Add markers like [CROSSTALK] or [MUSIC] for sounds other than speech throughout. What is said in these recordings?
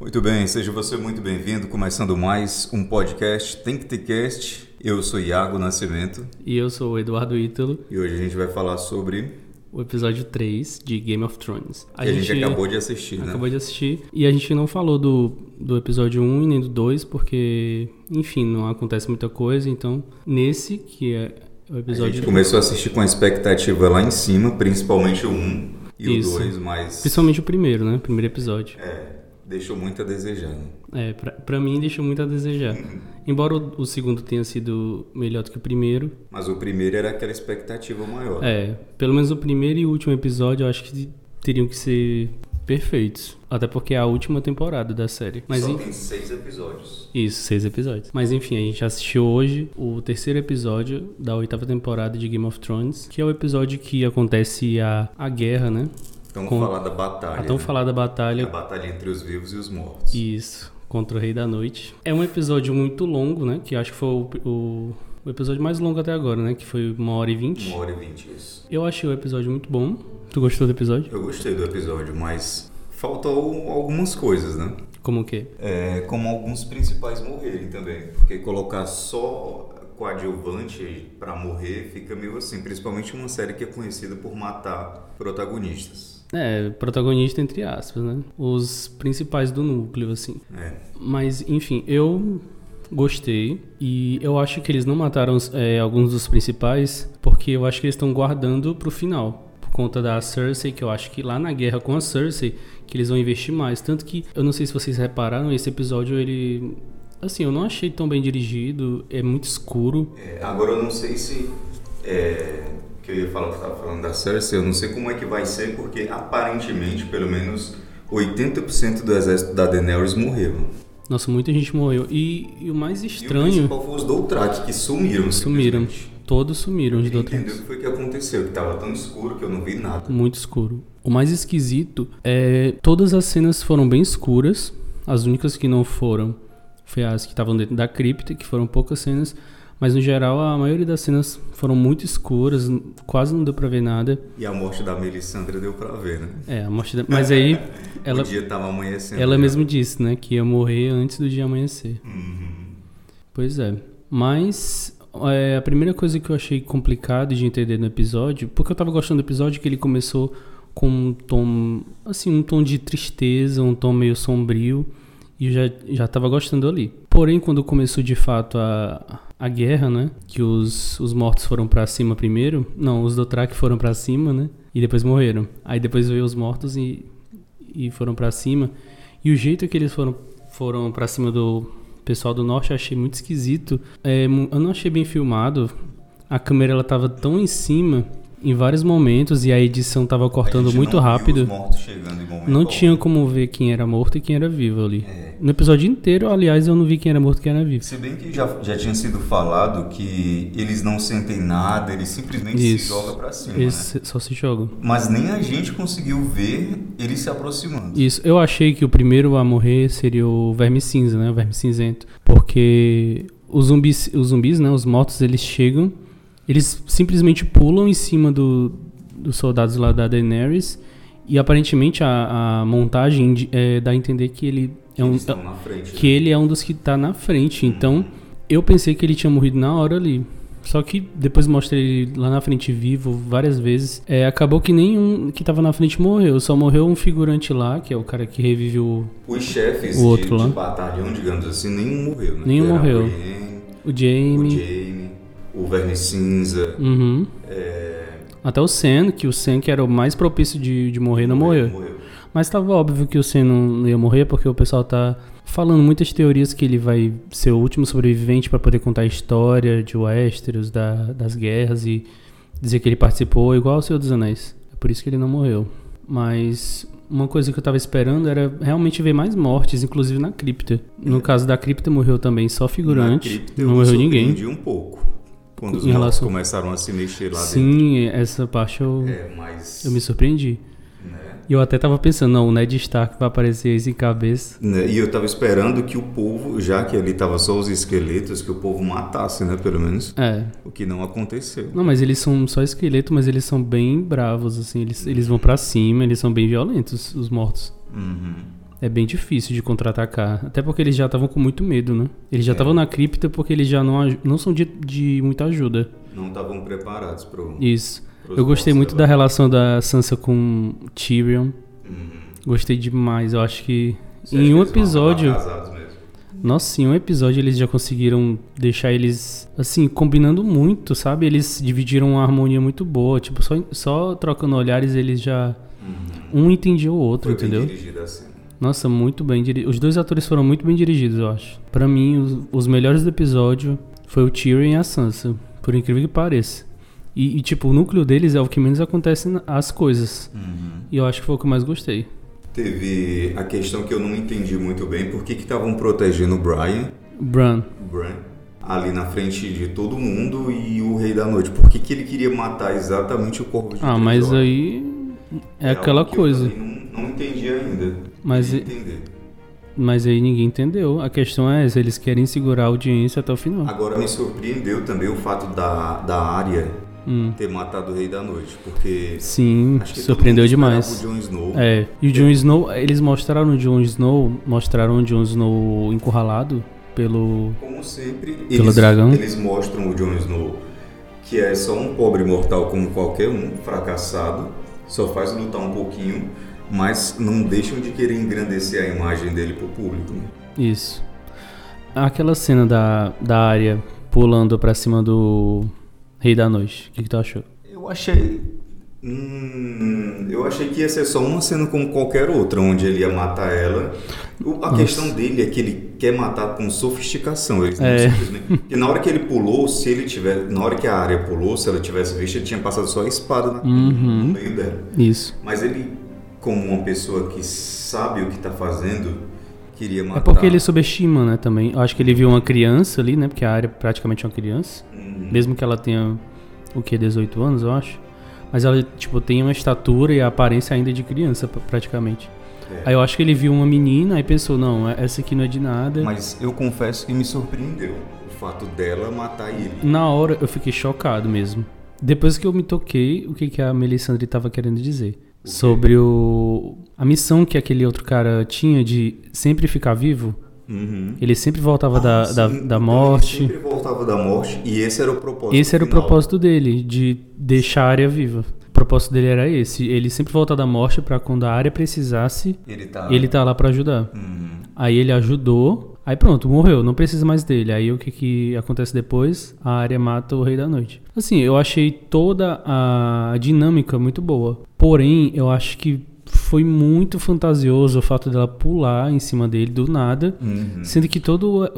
Muito bem, seja você muito bem-vindo. Começando mais um podcast Tem que ter cast. Eu sou Iago Nascimento E eu sou o Eduardo Ítalo, e hoje a gente vai falar sobre o episódio 3 de Game of Thrones. que a gente, acabou de assistir, né? acabou de assistir e a gente não falou do, do episódio 1 e nem do 2 porque, enfim, não acontece muita coisa. Então, nesse, que é o A episódio. gente começou a assistir com a expectativa lá em cima, principalmente o 1 e o Isso. 2, mas Principalmente o primeiro, né? Primeiro episódio. é, deixou muito a desejar. né? É, pra, pra mim deixou muito a desejar. Embora o, o segundo tenha sido melhor do que o primeiro, Mas o primeiro era aquela expectativa maior. é, pelo menos o primeiro e o último episódio eu acho que teriam que ser perfeitos. Até porque é a última temporada da série. Mas Só en- tem seis episódios. Isso, seis episódios. Mas enfim, a gente assistiu hoje o terceiro episódio da oitava temporada de Game of Thrones, que é o episódio que acontece a, a guerra, né? Então Com- vamos falar da A batalha. tão né? falada A batalha. batalha entre os vivos e os mortos. Isso, contra o Rei da Noite. É um episódio muito longo, né? Que eu acho que foi o, o, o episódio mais longo até agora, né? Que foi uma hora e vinte. Uma hora e vinte, isso. Eu achei o episódio muito bom. Tu gostou do episódio? Eu gostei do episódio, mas faltou algumas coisas, né? Como que? É, como alguns principais morrerem também. Porque colocar só coadjuvante pra morrer fica meio assim. Principalmente uma série que é conhecida por matar protagonistas. É, protagonista entre aspas, né? Os principais do núcleo, assim. É. Mas, enfim, eu gostei. E eu acho que eles não mataram é, alguns dos principais, porque eu acho que eles estão guardando pro final. Por conta da Cersei, que eu acho que lá na guerra com a Cersei, que eles vão investir mais. Tanto que, eu não sei se vocês repararam, esse episódio, ele... Assim, eu não achei tão bem dirigido, é muito escuro. É, agora eu não sei se. é, que eu ia falar que estava falando da Cersei, eu não sei como é que vai ser, porque aparentemente, pelo menos 80% do exército da Daenerys morreu. Nossa, muita gente morreu. E, e o mais E o estranho, principal foi os Doutrak, que sumiram. sumiram. simplesmente. Todos sumiram de Queria Doutor entender o que foi que aconteceu, que tava tão escuro que eu não vi nada. Muito escuro. O mais esquisito é todas as cenas foram bem escuras. As únicas que não foram foi as que estavam dentro da cripta, que foram poucas cenas, mas no geral a maioria das cenas foram muito escuras, n- quase não deu pra ver nada. E a morte da Melissandra deu pra ver, né? É, a morte da... mas aí o ela dia tava amanhecendo. ela já. mesmo disse, né, que ia morrer antes do dia amanhecer. Uhum. Pois é. Mas é, a primeira coisa que eu achei complicado de entender no episódio, porque eu tava gostando do episódio que ele começou com um tom, assim, um tom de tristeza, um tom meio sombrio, e eu já, já tava gostando ali. Porém, quando começou de fato a, a guerra, né, que os, os mortos foram pra cima primeiro, não, os Dothraki foram pra cima, né, e depois morreram. Aí depois veio os mortos e, e foram pra cima. E o jeito que eles foram, foram para cima do pessoal do norte eu achei muito esquisito. É, mu- eu não achei bem filmado. A câmera ela tava tão em cima em vários momentos e a edição tava A cortando gente muito não viu rápido. os mortos chegando em momento Não é algum. tinha um- como ver quem era morto e quem era vivo ali. É. No episódio inteiro, aliás, eu não vi quem era morto e quem era vivo. Se bem que já, já tinha sido falado que eles não sentem nada, eles simplesmente se Isso. jogam pra cima, Eles né? se- só se jogam. Mas nem a gente conseguiu ver eles se aproximando. Isso, eu achei que o primeiro a morrer seria o verme cinza, né? O verme cinzento. Porque os zumbis, os zumbis, né? Os mortos, eles chegam, eles simplesmente pulam em cima do, dos soldados lá da Daenerys. E aparentemente a, a montagem indi- eh, dá a entender que ele é um, Eles estão na frente. né? que ele é um dos que tá na frente. Então, eu pensei que ele tinha morrido na hora ali. Só que depois mostra ele lá na frente vivo várias vezes. É, acabou que nenhum que tava na frente morreu. Só morreu um figurante lá, que é o cara que reviveu Os chefes O outro de, lá. de batalhão, digamos assim, nenhum morreu, né? Nenhum Era morreu. O Brienne, o Jamie. o Jaime, o Verme Cinza. Uhum. É... Até o Sen, que o Sen que era o mais propício de, de morrer, não morreu. Mas tava óbvio que o Sen não não ia morrer, porque o pessoal tá falando muitas teorias que ele vai ser o último sobrevivente para poder contar a história de Westeros, da- das guerras e dizer que ele participou, igual o Senhor dos Anéis. É por isso que ele não morreu. Mas uma coisa que eu tava esperando era realmente ver mais mortes, inclusive na cripta. No caso da cripta morreu também só É. Na figurante, cripta, eu não morreu me ninguém. surpreendi um pouco. Quando Em os mortos relação- começaram a se mexer lá Sim, essa parte eu, dentro. É, mas... eu me surpreendi. né? E eu até tava pensando, não, o Ned Stark vai aparecer ex em cabeça. Né, E eu tava esperando que o povo, já que ali tava só os esqueletos, que o povo matasse, né? Pelo menos. É, O que não aconteceu. Não, mas eles são só esqueleto, mas eles são bem bravos, assim. Eles, eles vão pra cima, eles são bem violentos, os mortos. Uhum. É bem difícil de contra-atacar. Até porque eles já estavam com muito medo, né? Eles É. já estavam na cripta porque eles já não, aj- não são de, de muita ajuda. Não estavam preparados pro. Isso. Pros Eu gostei boss muito da levar. relação da Sansa com Tyrion. Uhum. Gostei demais. Eu acho que Você acha em um que eles vão acabar episódio. Casados mesmo. Nossa, em um episódio eles já conseguiram deixar eles, assim, combinando muito, sabe? Eles dividiram uma harmonia muito boa. Tipo, só, só trocando olhares eles já. Um entendia o outro, Uhum. Foi entendeu? bem dirigida assim. Nossa, muito bem dirigido. Os dois atores foram muito bem dirigidos, eu acho. Pra mim, os, os melhores do episódio foi o Tyrion e a Sansa, por incrível que pareça. E, e, tipo, o núcleo deles é o que menos acontece na- as coisas. Uhum. E eu acho que foi o que eu mais gostei. Teve a questão que eu não entendi muito bem, por que que estavam protegendo o Brian, Bran. o Bran, ali na frente de todo mundo e o Rei da Noite? Por que que ele queria matar exatamente o corpo de Ah, três mas horas? aí é algo aquela que eu coisa. também Não, não entendi ainda. Mas Queria e- entender. Mas aí ninguém entendeu. A questão é essa, eles querem segurar a audiência até o final. Agora me surpreendeu também o fato da, da área Hum. ter matado o Rei da Noite, porque Sim, acho que todo surpreendeu mundo esperava demais. O Jon Snow. É, e o Jon Snow, eles mostraram o Jon Snow, mostraram o Jon Snow encurralado pelo... Como sempre, Pelo dragão. eles mostram o Jon Snow, que é só um pobre mortal como qualquer um, fracassado, só faz lutar um pouquinho, mas não deixam de querer engrandecer a imagem dele pro público. né? Isso. Aquela cena da, da área pulando pra cima do Rei da Noite, o que, que tu achou? Eu achei. Hum, eu achei que ia ser só uma cena como qualquer outra, onde ele ia matar ela. O- a questão dele é que ele quer matar com sofisticação. Ele É. E na hora que ele pulou, se ele tiver, na hora que a área pulou, se ela tivesse visto, ele tinha passado só a espada na- Uhum. no meio dela. Isso. Mas ele, como uma pessoa que sabe o que está fazendo, queria matar. É porque ele subestima, né, também. Eu acho que ele viu uma criança ali, né, porque a área praticamente é uma criança. um Mesmo que ela tenha, o que, 18 anos, eu acho. Mas ela, tipo, tem uma estatura e a aparência ainda de criança, pra- praticamente. É. Aí eu acho que ele viu uma menina e pensou, não, essa aqui não é de nada. Mas eu confesso que me surpreendeu o fato dela matar ele. Na hora eu fiquei chocado mesmo. Depois que eu me toquei, o que, que a Melisandre estava querendo dizer? Sobre o. A missão que aquele outro cara tinha de sempre ficar vivo. Uhum. Ele sempre voltava da, da, Sim, da então morte. Ele sempre voltava da morte e esse era o propósito. Esse era o final. propósito dele, de deixar a área viva. O propósito dele era esse. Ele sempre voltar da morte pra quando a área precisasse, Ele tá. ele tá lá pra ajudar. Uhum. Aí ele ajudou. Aí pronto, morreu, não precisa mais dele. Aí o que, que acontece depois? A área mata o Rei da Noite. Assim, eu achei toda a dinâmica muito boa. Porém, eu acho que foi muito fantasioso o fato dela pular em cima dele do nada. Uhum. Sendo que todos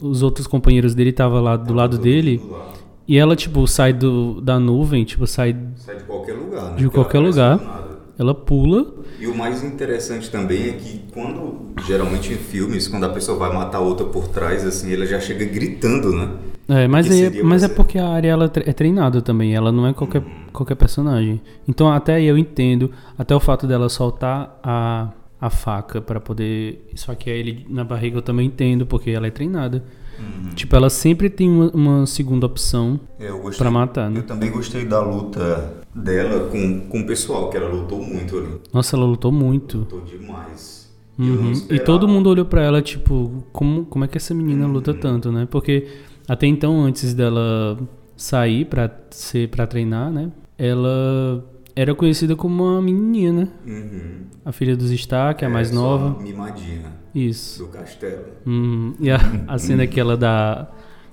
os outros companheiros dele estavam lá do lado Todo dele. mundo lá. E ela, tipo, sai do, da nuvem, tipo, sai. Sai de qualquer lugar. Né? De Porque qualquer ela lugar. parece do nada. Ela pula. E o mais interessante também é que quando geralmente em filmes, quando a pessoa vai matar outra por trás, assim, ela já chega gritando, né? É, mas Que aí- seria mas é você. Hum. porque a área ela tre- é treinada também, ela não é qualquer, qualquer personagem. Então até aí eu entendo, até o fato dela soltar a, a faca pra poder esfaquear ele na barriga eu também entendo, porque ela é treinada. Uhum. Tipo, ela sempre tem uma, uma segunda opção É, eu gostei. pra matar, né? Eu também gostei da luta dela com, com o pessoal, que ela lutou muito ali. Nossa, ela lutou muito. Lutou demais. E eu não Uhum. E esperava. Uhum. todo mundo olhou pra ela, tipo, como, como é que essa menina luta tanto, né? Porque até então, antes dela sair pra, ser, pra treinar, né? Ela era conhecida como uma menininha, né? Uhum. A filha dos Stark, a mais É, só nova. Mimadinha Isso. do castelo. Hum, E a, a cena que ela dá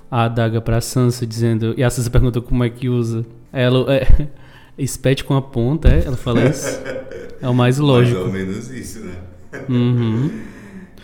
a adaga pra Sansa, dizendo... E a Sansa pergunta como é que usa. Ela... É, [LAUGHS] espete com a ponta, é? Ela fala isso. É o mais lógico. Mais ou menos isso, né? Ah, é. Uhum.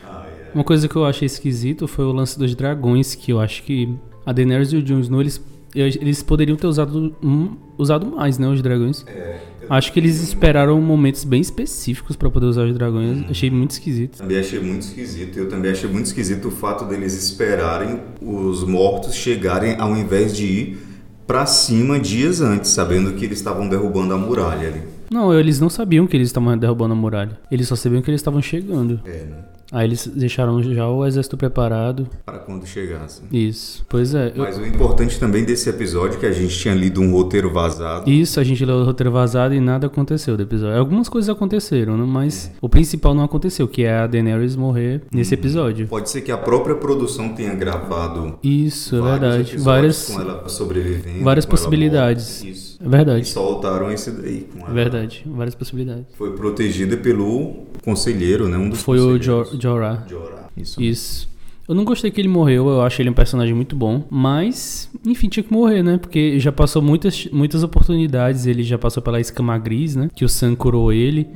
Ai, ai. Uma coisa que eu achei esquisito foi o lance dos dragões, que eu acho que a Daenerys e o Jon Snow, eles, eles poderiam ter usado, hum, usado mais, né, os dragões. É, eu Acho que eles esperaram momentos bem específicos pra poder usar os dragões, achei muito esquisito. também achei muito esquisito. Eu também achei muito esquisito o fato deles esperarem os mortos chegarem ao invés de ir pra cima dias antes, sabendo que eles estavam derrubando a muralha ali. Não, eles não sabiam que eles estavam derrubando a muralha, eles só sabiam que eles estavam chegando. É, né? Aí eles deixaram já o exército preparado. Para quando chegasse. Isso. Pois é. eu- Mas o importante também desse episódio é que a gente tinha lido um roteiro vazado. Isso, a gente leu o roteiro vazado e nada aconteceu do episódio. Algumas coisas aconteceram, né? mas o principal não aconteceu, que é a Daenerys morrer nesse episódio. Pode ser que a própria produção tenha gravado Isso, é vários verdade. episódios Várias, com ela sobrevivendo, várias com ela possibilidades. morta. Isso. É E verdade. soltaram esse daí. Com ela. É verdade. Várias possibilidades. Foi protegida pelo conselheiro, né? Um dos Foi o conselheiros. Jor- Jorah. Jorah. Isso. Isso. Eu não gostei que ele morreu, eu acho ele um personagem muito bom, mas, enfim, tinha que morrer, né? Porque já passou muitas, muitas oportunidades, ele já passou pela escama gris, né? Que o Sam curou ele,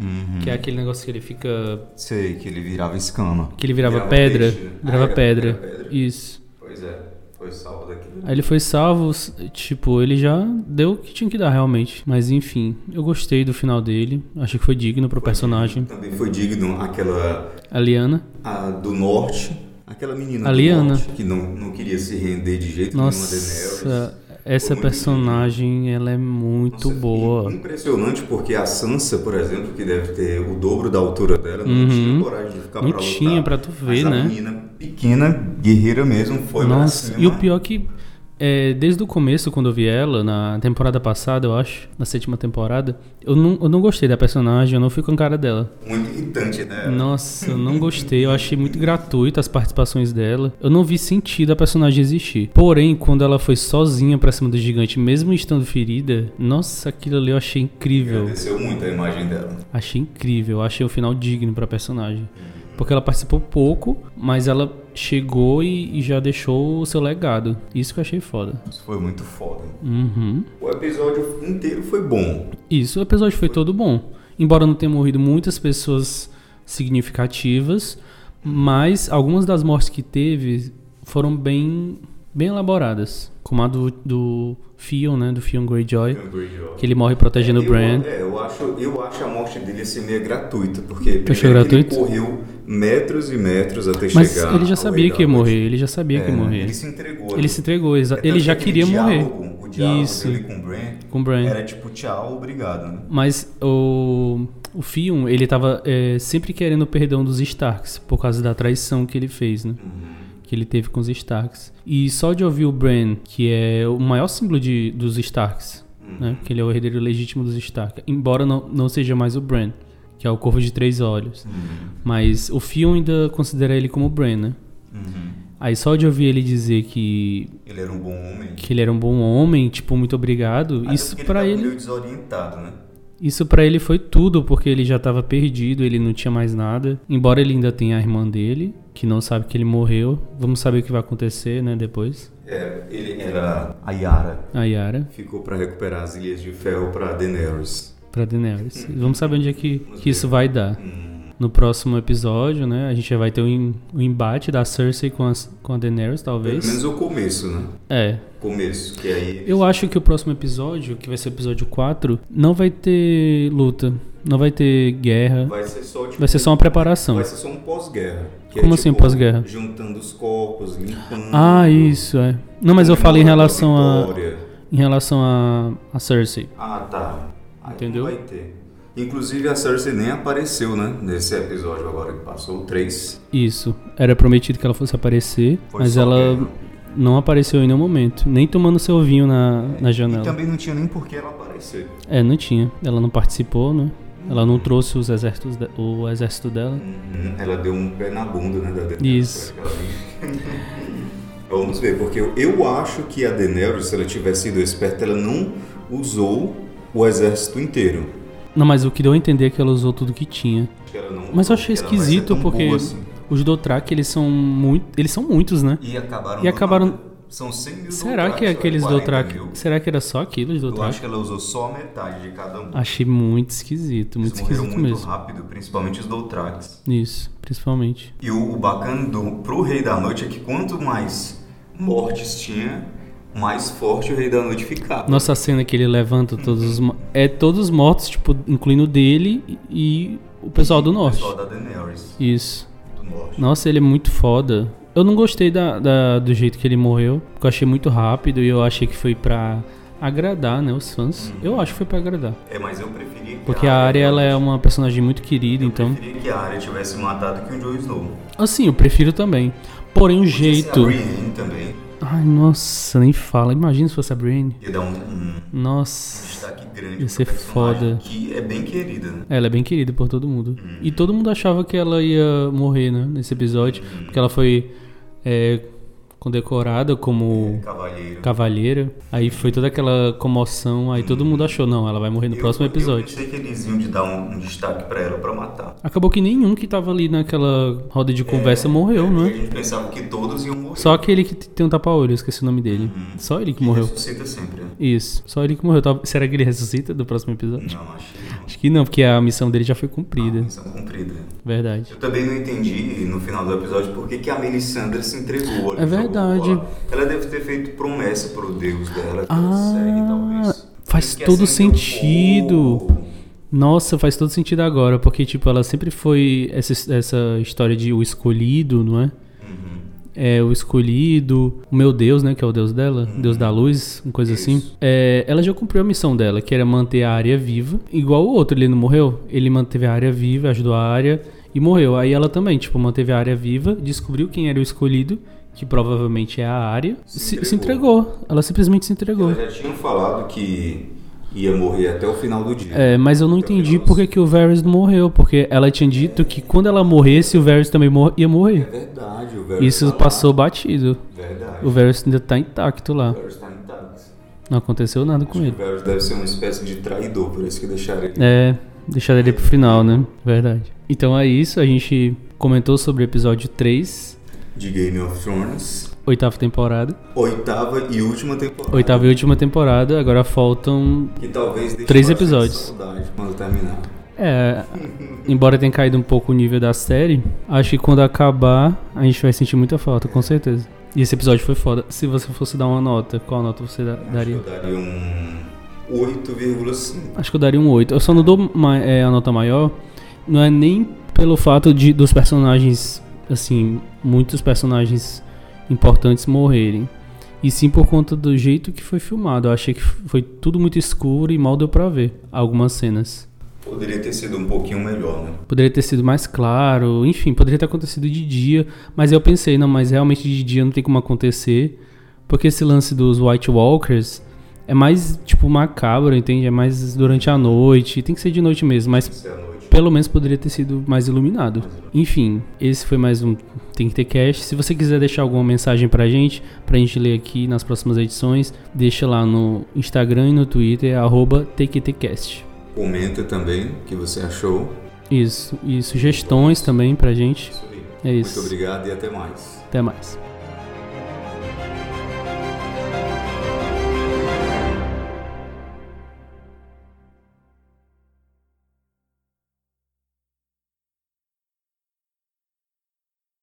que é aquele negócio que ele fica. Uhum. Sei que ele virava escama. que ele virava, Virava pedra. peixe, né? Virava Ah, era- pedra. era pedra. Isso. Pois é, foi salvo daquilo. Aí ele foi salvo, s- tipo, ele já deu o que tinha que dar realmente. Mas enfim, eu gostei do final dele, achei que foi digno pro personagem. Também foi digno aquela A Liana. a do norte, aquela menina A do Lyanna. norte, que não, não queria se render de jeito nenhum a Daenerys. Nossa, essa muito personagem, ela é muito Nossa, boa. Impressionante porque a Sansa, por exemplo, que deve ter o dobro da altura dela, não Uhum. tinha coragem de ficar Não pra lutar. tinha, pra tu ver, Mas a né? menina pequena, guerreira mesmo, foi pra Nossa, cima. e o pior que é, desde o começo, quando eu vi ela, na temporada passada, eu acho, na sétima temporada, eu não, eu não gostei da personagem, eu não fui com a cara dela. Muito irritante, né? Nossa, [LAUGHS] eu não gostei, eu achei muito gratuita as participações dela. Eu não vi sentido a personagem existir. Porém, quando ela foi sozinha pra cima do gigante, mesmo estando ferida, nossa, aquilo ali eu achei incrível. Agradeceu muito a imagem dela. Achei incrível, achei o final digno pra personagem. Porque ela participou pouco, mas ela chegou e, e já deixou o seu legado. Isso que eu achei foda. Isso foi muito foda. Uhum. O episódio inteiro foi bom. Isso, o episódio foi todo bom. Embora não tenha morrido muitas pessoas significativas, mas algumas das mortes que teve foram bem, bem elaboradas. Como a do, do Fion, né? Do Fion Greyjoy. Que ele morre protegendo o eu, Bran. É, eu acho, eu acho a morte dele assim meio gratuita, porque Tu achou primeiro que gratuito? ele correu metros e metros até Mas chegar. ele já ao sabia que ia Eldar. morrer, ele já sabia que ia É, morrer. Ele se entregou. né? Ele se entregou, exa- Tanto ele já que aquele queria morrer. diálogo, O diálogo Isso. dele com o Bran Com o Bran. era tipo tchau, obrigado, né? Mas o, o Fion, ele tava é, sempre querendo o perdão dos Starks, por causa da traição que ele fez, né? Uhum. Que ele teve com os Starks. E só de ouvir o Bran, que é o maior símbolo de, dos Starks, Uhum. né? Que ele é o herdeiro legítimo dos Starks. Embora não, não seja mais o Bran, que é o Corvo de Três Olhos. Uhum. Mas o Fion ainda considera ele como o Bran, né? Aí só de ouvir ele dizer que, Uhum. Ele era um bom homem. que ele era um bom homem, tipo, muito obrigado, Até isso porque pra ele. tá tava ele meio desorientado, né? isso pra ele foi tudo, porque ele já tava perdido, ele não tinha mais nada. Embora ele ainda tenha a irmã dele, que não sabe que ele morreu. Vamos saber o que vai acontecer, né, depois. É, ele era a Yara. A Yara Ficou pra recuperar as ilhas de ferro pra Daenerys. pra Daenerys. Vamos saber onde é que, que isso vai dar. No próximo episódio, né, a gente já vai ter o um, embate da Cersei com, as, com a Daenerys, Pelo talvez. menos o começo, né? É. Começo, que aí Eu acho que o próximo episódio, que vai ser o episódio 4, não vai ter luta, não vai ter guerra. vai ser só tipo, Vai ser só uma preparação. Vai ser só um pós-guerra. que tipo, Como assim, pós-guerra? Juntando os corpos, limpando. Ah, isso, é. Não, mas eu falei em relação a. Vitória. em relação a, a Cersei. Ah, tá. Aí Entendeu? Vai ter. Inclusive a Cersei nem apareceu, né? Nesse episódio agora que passou, o 3. Isso. Era prometido que ela fosse aparecer, Foi mas só ela guerra. não apareceu em nenhum momento, nem tomando seu vinho na, na E janela. também não tinha nem por que ela aparecer. É, não tinha. Ela não participou, né? Ela não trouxe os exércitos de- o exército dela. Hum, Ela deu um pé na bunda, né? Da Daenerys, Isso. foi aquela ali. [LAUGHS] Vamos ver, porque eu, eu acho que a Daenerys, se ela tivesse sido esperta, ela não usou o exército inteiro. Não, mas o que deu a entender é que ela usou tudo que tinha. Acho que ela não Mas usou, eu achei porque ela vai ser esquisito tão porque boa assim. os Dothraki, eles são muito, eles são muitos, né? E acabaram. E acabaram- donando. São 100 mil Será que Dothraki, é aqueles olha, 40 Dothraki? mil. Será que era só aqueles Eu acho Dothraki? que ela usou só a metade de cada um. Achei muito esquisito, Ah, muito Eles morreram esquisito muito mesmo. rápido, principalmente os Dothrax. Isso, principalmente. E o, o bacana do, pro Rei da Noite é que quanto mais mortes tinha, mais forte o Rei da Noite ficava. Nossa a cena que ele levanta todos os mo- é todos os mortos, tipo, incluindo o dele e o pessoal do norte. Só da Daenerys, Isso. do norte. Nossa, ele é muito foda. Eu não gostei da, da- do jeito que ele morreu, porque eu achei muito rápido e eu achei que foi pra agradar, né, os fãs. Eu acho que foi pra agradar. É, mas eu preferia que Porque a Arya, ela é uma personagem muito querida, eu então... preferia que a Arya tivesse matado que o Jon Snow. Assim, eu prefiro também. Porém, o Se a jeito... Brienne também Ai, nossa, nem fala. Imagina se fosse a Brienne. ia dar um, um Nossa. destaque grande Ia pro ser personagem, foda. Que é bem querida, né? Ela é bem querida por todo mundo. E todo mundo achava que ela ia morrer, né? Nesse episódio. Porque ela foi é, condecorada como Cavaleiro. cavalheira. Aí foi toda aquela comoção. Aí todo mundo achou, não, ela vai morrer no Eu- próximo episódio. Eu pensei que eles iam de dar um, um destaque pra ela pra matar. Acabou que nenhum que tava ali naquela roda de conversa morreu, não E a é? gente pensava que todos iam morrer. Só aquele que t- tem um tapa-olho, eu esqueci o nome dele. Só ele que morreu. Ressuscita sempre. né? Isso, só ele que morreu. Tava- Será que ele ressuscita do próximo episódio? Não, acho que não. Acho que não, porque a missão dele já foi cumprida. Missão cumprida. Verdade. Eu também não entendi no final do episódio por que, que a Melisandre se entregou. ela É jogou verdade. bola. Ela deve ter feito promessa pro Deus dela que ela Ah, segue, talvez. assim, faz Ele quer todo acender o sentido. fogo. Nossa, faz todo sentido agora, porque tipo, ela sempre foi essa, essa história de o escolhido, não é? Uhum. É, o escolhido, o meu Deus, né? Que é o Deus dela, Deus da luz, uma coisa assim. É, ela já cumpriu a missão dela, que era manter a área viva. Igual o outro, ele não morreu? Ele manteve a área viva, ajudou a área e morreu. Aí ela também, tipo, manteve a área viva, descobriu quem era o escolhido, que provavelmente é a área. Se, se entregou. entregou. Ela simplesmente se entregou. Elas já tinham falado que ia morrer até o final do dia. É, mas eu não entendi por que, que o Varys não morreu, porque ela tinha dito que quando ela morresse, o Varys também mor- ia É morrer. verdade, o velho. Isso tá passou batido. Lá. Verdade. O Varys ainda tá intacto lá. Varys tá intacto. Não aconteceu nada Acho com que ele. o Varys deve ser uma espécie de traidor, por isso que deixaram ele. É, deixar ele pro final, né? Verdade. Então é isso, a gente comentou sobre o episódio 3, De Game of Thrones. oitava temporada. Oitava e última temporada. Oitava e última temporada, agora faltam. Que talvez deixe Três bastante episódios. saudade quando terminar. É. Embora tenha caído um pouco o nível da série, acho que quando acabar, a gente vai sentir muita falta, com certeza. E esse episódio foi foda. Se você fosse dar uma nota, qual nota você da- daria? Eu daria um 8,5. Acho que eu daria um 8. Eu só não dou ma- é, a nota maior. Não é nem pelo fato de dos personagens, assim, muitos personagens importantes morrerem. E sim por conta do jeito que foi filmado. Eu achei que f- foi tudo muito escuro e mal deu pra ver algumas cenas. Poderia ter sido um pouquinho melhor, né? Poderia ter sido mais claro, enfim, poderia ter acontecido de dia. Mas eu pensei, não, mas realmente de dia não tem como acontecer. Porque esse lance dos White Walkers é mais, tipo, macabro, entende? É mais durante a noite. Tem que ser de noite mesmo, mas Essa é a noite. pelo menos poderia ter sido mais iluminado. Enfim, esse foi mais um Tem que ter cast. Se você quiser deixar alguma mensagem pra gente, pra gente ler aqui nas próximas edições, deixa lá no Instagram e no Twitter, arroba TQTCast. Comenta também o que você achou. Isso. E sugestões também pra gente. Isso aí. É isso. Muito obrigado e até mais. Até mais.